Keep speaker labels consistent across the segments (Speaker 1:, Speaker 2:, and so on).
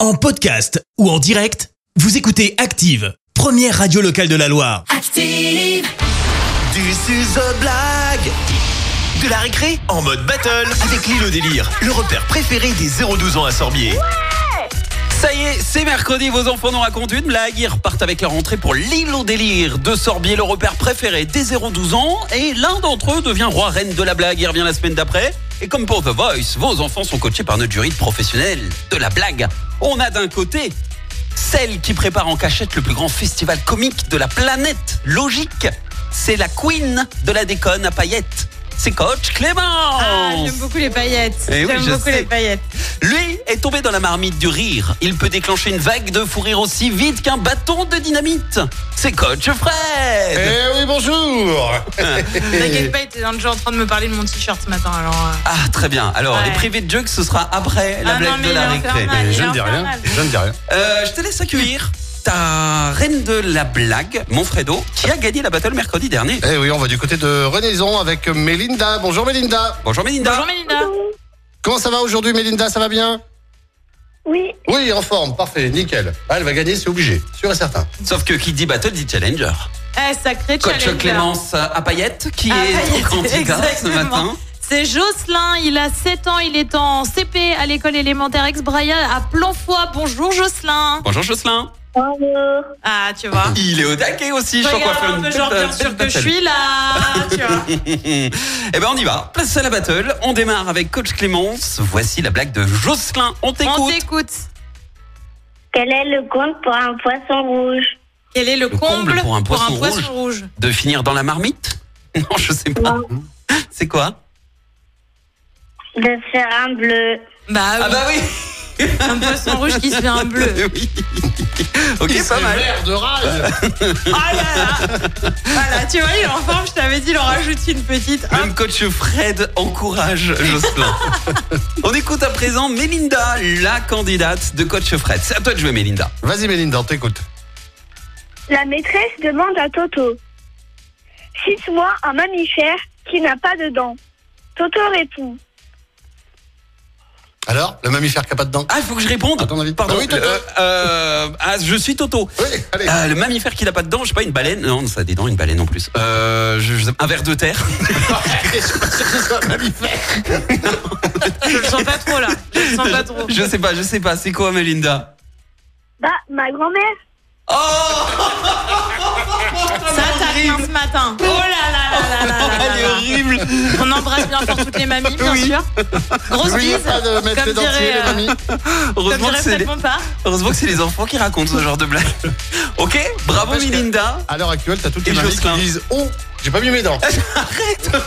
Speaker 1: En podcast ou en direct, vous écoutez Active, première radio locale de la Loire.
Speaker 2: Active,
Speaker 3: Du suzo blague De la récré en mode battle avec Lilo Délire, le repère préféré des 0-12 ans à Sorbier.
Speaker 4: Ça y est, c'est mercredi, vos enfants nous racontent une blague. Ils repartent avec leur rentrée pour l'île au délire. De Sorbier, le repère préféré des 0-12 ans. Et l'un d'entre eux devient roi-reine de la blague. Il revient la semaine d'après. Et comme pour The Voice, vos enfants sont coachés par notre jury de professionnels de la blague. On a d'un côté celle qui prépare en cachette le plus grand festival comique de la planète. Logique, c'est la queen de la déconne à paillettes. C'est coach Clément
Speaker 5: Ah, j'aime beaucoup les paillettes.
Speaker 4: Oh. Eh oui,
Speaker 5: j'aime
Speaker 4: je
Speaker 5: beaucoup
Speaker 4: sais.
Speaker 5: les paillettes.
Speaker 4: Lui est tombé dans la marmite du rire. Il peut déclencher une vague de fou rire aussi vite qu'un bâton de dynamite. C'est Coach Fred.
Speaker 6: Eh oui, bonjour
Speaker 4: Eh.
Speaker 5: T'inquiète pas, il était dans le jeu en train de me parler de mon t-shirt ce matin. Alors, euh,
Speaker 4: Ah, très bien. Alors,
Speaker 5: Ouais.
Speaker 4: les privés de jokes, ce sera après la
Speaker 5: Ah non,
Speaker 4: blague
Speaker 5: mais
Speaker 4: de la
Speaker 5: il est
Speaker 4: récré.
Speaker 5: infernal.
Speaker 6: Je
Speaker 5: Il est
Speaker 6: ne dis rien,
Speaker 5: infernal.
Speaker 6: je ne dis rien.
Speaker 4: Euh, je te laisse accueillir ta reine de la blague, Monfredo, qui a gagné la battle mercredi dernier.
Speaker 6: Eh oui, on va du côté de Renaison avec Mélinda. Bonjour Mélinda
Speaker 4: Bonjour Mélinda.
Speaker 5: Bonjour Mélinda.
Speaker 6: Comment ça va aujourd'hui Mélinda, ça va bien
Speaker 7: Oui,
Speaker 6: Oui, en forme, parfait, nickel. Ah, elle va gagner, c'est obligé, sûr et certain.
Speaker 4: Sauf que qui dit battle dit challenger.
Speaker 5: Eh, sacré
Speaker 4: Coach
Speaker 5: challenge.
Speaker 4: Clémence euh, à paillettes, qui
Speaker 5: Ah,
Speaker 4: est
Speaker 5: Paillettes,
Speaker 4: candidat ce
Speaker 5: exactement.
Speaker 4: matin.
Speaker 5: C'est Jocelyn, il a 7 ans, il est en CP à l'école élémentaire Ex-Braya à Planfoy. Bonjour Jocelyn.
Speaker 4: Bonjour Jocelyn.
Speaker 7: bonjour.
Speaker 5: Ah, tu vois.
Speaker 4: Il est au taquet aussi, je sens qu'on va
Speaker 5: Regarde
Speaker 4: faire
Speaker 5: un
Speaker 4: une euh,
Speaker 5: peu,
Speaker 4: petite-
Speaker 5: genre, bien
Speaker 4: petite
Speaker 5: sûr que je
Speaker 4: battle.
Speaker 5: suis là. Tu vois.
Speaker 4: Eh ben on y va, place à la battle, on démarre avec coach Clémence, voici la blague de Jocelyn, on
Speaker 5: On
Speaker 4: t'écoute.
Speaker 5: t'écoute.
Speaker 7: Quel est le compte pour un poisson rouge
Speaker 5: Quel est le,
Speaker 4: comble pour un poisson rouge.
Speaker 5: rouge
Speaker 4: De finir dans la marmite Non, je sais pas. C'est quoi
Speaker 7: De faire un bleu.
Speaker 5: Bah,
Speaker 4: Ah
Speaker 5: oui,
Speaker 4: bah oui,
Speaker 5: un poisson rouge qui se fait un bleu.
Speaker 4: Oui. Ok, pas mal.
Speaker 6: Merde de rage
Speaker 5: Ah là là Voilà, tu vois, il est en forme, je t'avais dit, il en rajoute une petite. Hop.
Speaker 4: Même coach Fred encourage Jocelyn. on écoute à présent Mélinda, la candidate de coach Fred. C'est à toi de jouer Mélinda.
Speaker 6: Vas-y Mélinda, on t'écoute.
Speaker 7: La maîtresse demande à Toto. Cite-moi un mammifère qui n'a pas de dents. Toto répond.
Speaker 6: Alors, le mammifère qui a pas de dents
Speaker 4: Ah, il faut que je réponde
Speaker 6: À ton avis.
Speaker 4: Pardon.
Speaker 6: Ah oui, Toto.
Speaker 4: euh, euh, ah, je suis Toto.
Speaker 6: Oui, allez
Speaker 4: Ah, le mammifère qui n'a pas de dents, je sais pas, une baleine. Non, ça a des dents, une baleine en plus. Euh, je- je- un verre de terre.
Speaker 6: Je suis pas sûr que ce soit un mammifère
Speaker 5: Je le sens pas trop là. Je le sens pas trop.
Speaker 4: Je sais pas, je sais pas. C'est quoi, Melinda
Speaker 7: Bah, ma grand-mère.
Speaker 4: Oh
Speaker 5: Ça, t'as rien ce matin. Oh là là là là Ah là là
Speaker 4: Elle est
Speaker 5: là là.
Speaker 4: horrible
Speaker 5: On embrasse bien fort toutes les mamies, bien
Speaker 4: Oui.
Speaker 5: sûr. Grosse
Speaker 6: Oui, il y a
Speaker 5: bise.
Speaker 6: pas de mettre les
Speaker 5: Comme
Speaker 6: dentiers,
Speaker 5: dirait,
Speaker 6: les
Speaker 5: euh,
Speaker 6: mamies.
Speaker 5: comme
Speaker 4: Heureusement que,
Speaker 5: dirait
Speaker 4: c'est
Speaker 5: Fred
Speaker 4: les...
Speaker 5: Pompard.
Speaker 4: heureusement que c'est les enfants qui racontent ce genre de blague. Ok Bravo,
Speaker 6: N'empêche que-
Speaker 4: Melinda
Speaker 6: À l'heure actuelle, t'as toutes les
Speaker 4: Et
Speaker 6: mamies
Speaker 4: Jocelyn.
Speaker 6: qui disent « Oh, j'ai pas mis mes dents
Speaker 5: Pas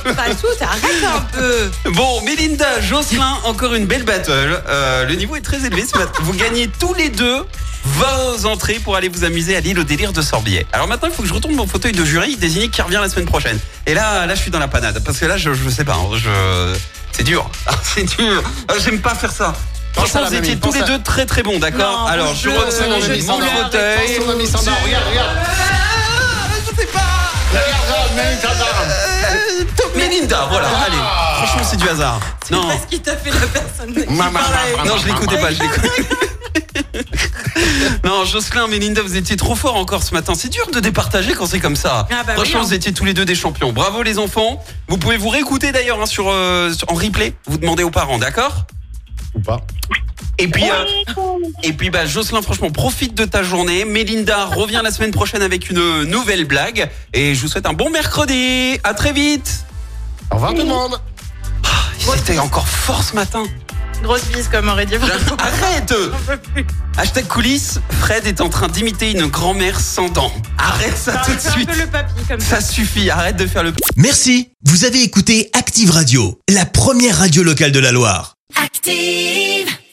Speaker 5: bah, tout, t'arrêtes un peu.
Speaker 4: Bon, Melinda, Jocelyn, encore une belle battle. Euh, le niveau est très élevé ce matin. Vous gagnez tous les deux vos entrées pour aller vous amuser à l'île au délire de Sorbier. Alors maintenant, il faut que je retourne mon fauteuil de jury, désigné qui revient la semaine prochaine. Et là, là, je suis dans la panade. Parce que là, je, je sais pas. hein, Je... C'est dur. Ah, C'est dur. Ah, J'aime pas faire ça.
Speaker 6: Pense
Speaker 4: Franchement,
Speaker 6: à la
Speaker 4: vous
Speaker 6: mamie,
Speaker 4: étiez tous
Speaker 6: pense
Speaker 4: les
Speaker 6: à-
Speaker 4: deux très très bons, d'accord
Speaker 5: Non,
Speaker 4: Alors, je
Speaker 6: Oh,
Speaker 5: bouge-le,
Speaker 4: retourne
Speaker 6: Pense aux mamies
Speaker 4: mon
Speaker 6: sans dents. Pense
Speaker 4: fauteuil.
Speaker 6: aux mamies sans dents. Regarde, regarde
Speaker 4: Ah, je sais pas.
Speaker 6: Regarde, mamie sans dents.
Speaker 4: Euh, top Melinda, voilà. Allez, franchement, c'est du hasard. Non.
Speaker 5: Parce qu'il t'a fait la personne. qui
Speaker 6: Maman,
Speaker 5: parlait.
Speaker 6: maman.
Speaker 4: Non, je l'écoutais pas, je l'écoutais. non, Jocelyn, Melinda, vous étiez trop forts encore ce matin. C'est dur de départager quand c'est comme ça.
Speaker 5: Ah bah oui,
Speaker 4: Franchement,
Speaker 5: hein.
Speaker 4: vous étiez tous les deux des champions. Bravo les enfants. Vous pouvez vous réécouter d'ailleurs hein, sur, euh, sur- en replay. Vous demandez aux parents, d'accord
Speaker 6: Ou pas
Speaker 4: Et puis, euh,
Speaker 7: Oui, con.
Speaker 4: et puis bah, Jocelyn, franchement, profite de ta journée. Melinda revient la semaine prochaine avec une nouvelle blague. Et je vous souhaite un bon mercredi. À très vite.
Speaker 6: Au revoir tout le monde
Speaker 4: C'était encore fort ce matin.
Speaker 5: Grosse bise, comme aurait dit.
Speaker 4: Arrête
Speaker 5: J'en peux plus.
Speaker 4: Hashtag coulisses, Fred est en train d'imiter une grand-mère sans dents. Ah, Arrête ça tout de
Speaker 5: Fais un
Speaker 4: suite.
Speaker 5: peu le papy comme ça.
Speaker 4: Ça suffit, arrête de faire le...
Speaker 1: Merci, vous avez écouté Active Radio, la première radio locale de la Loire.
Speaker 2: active.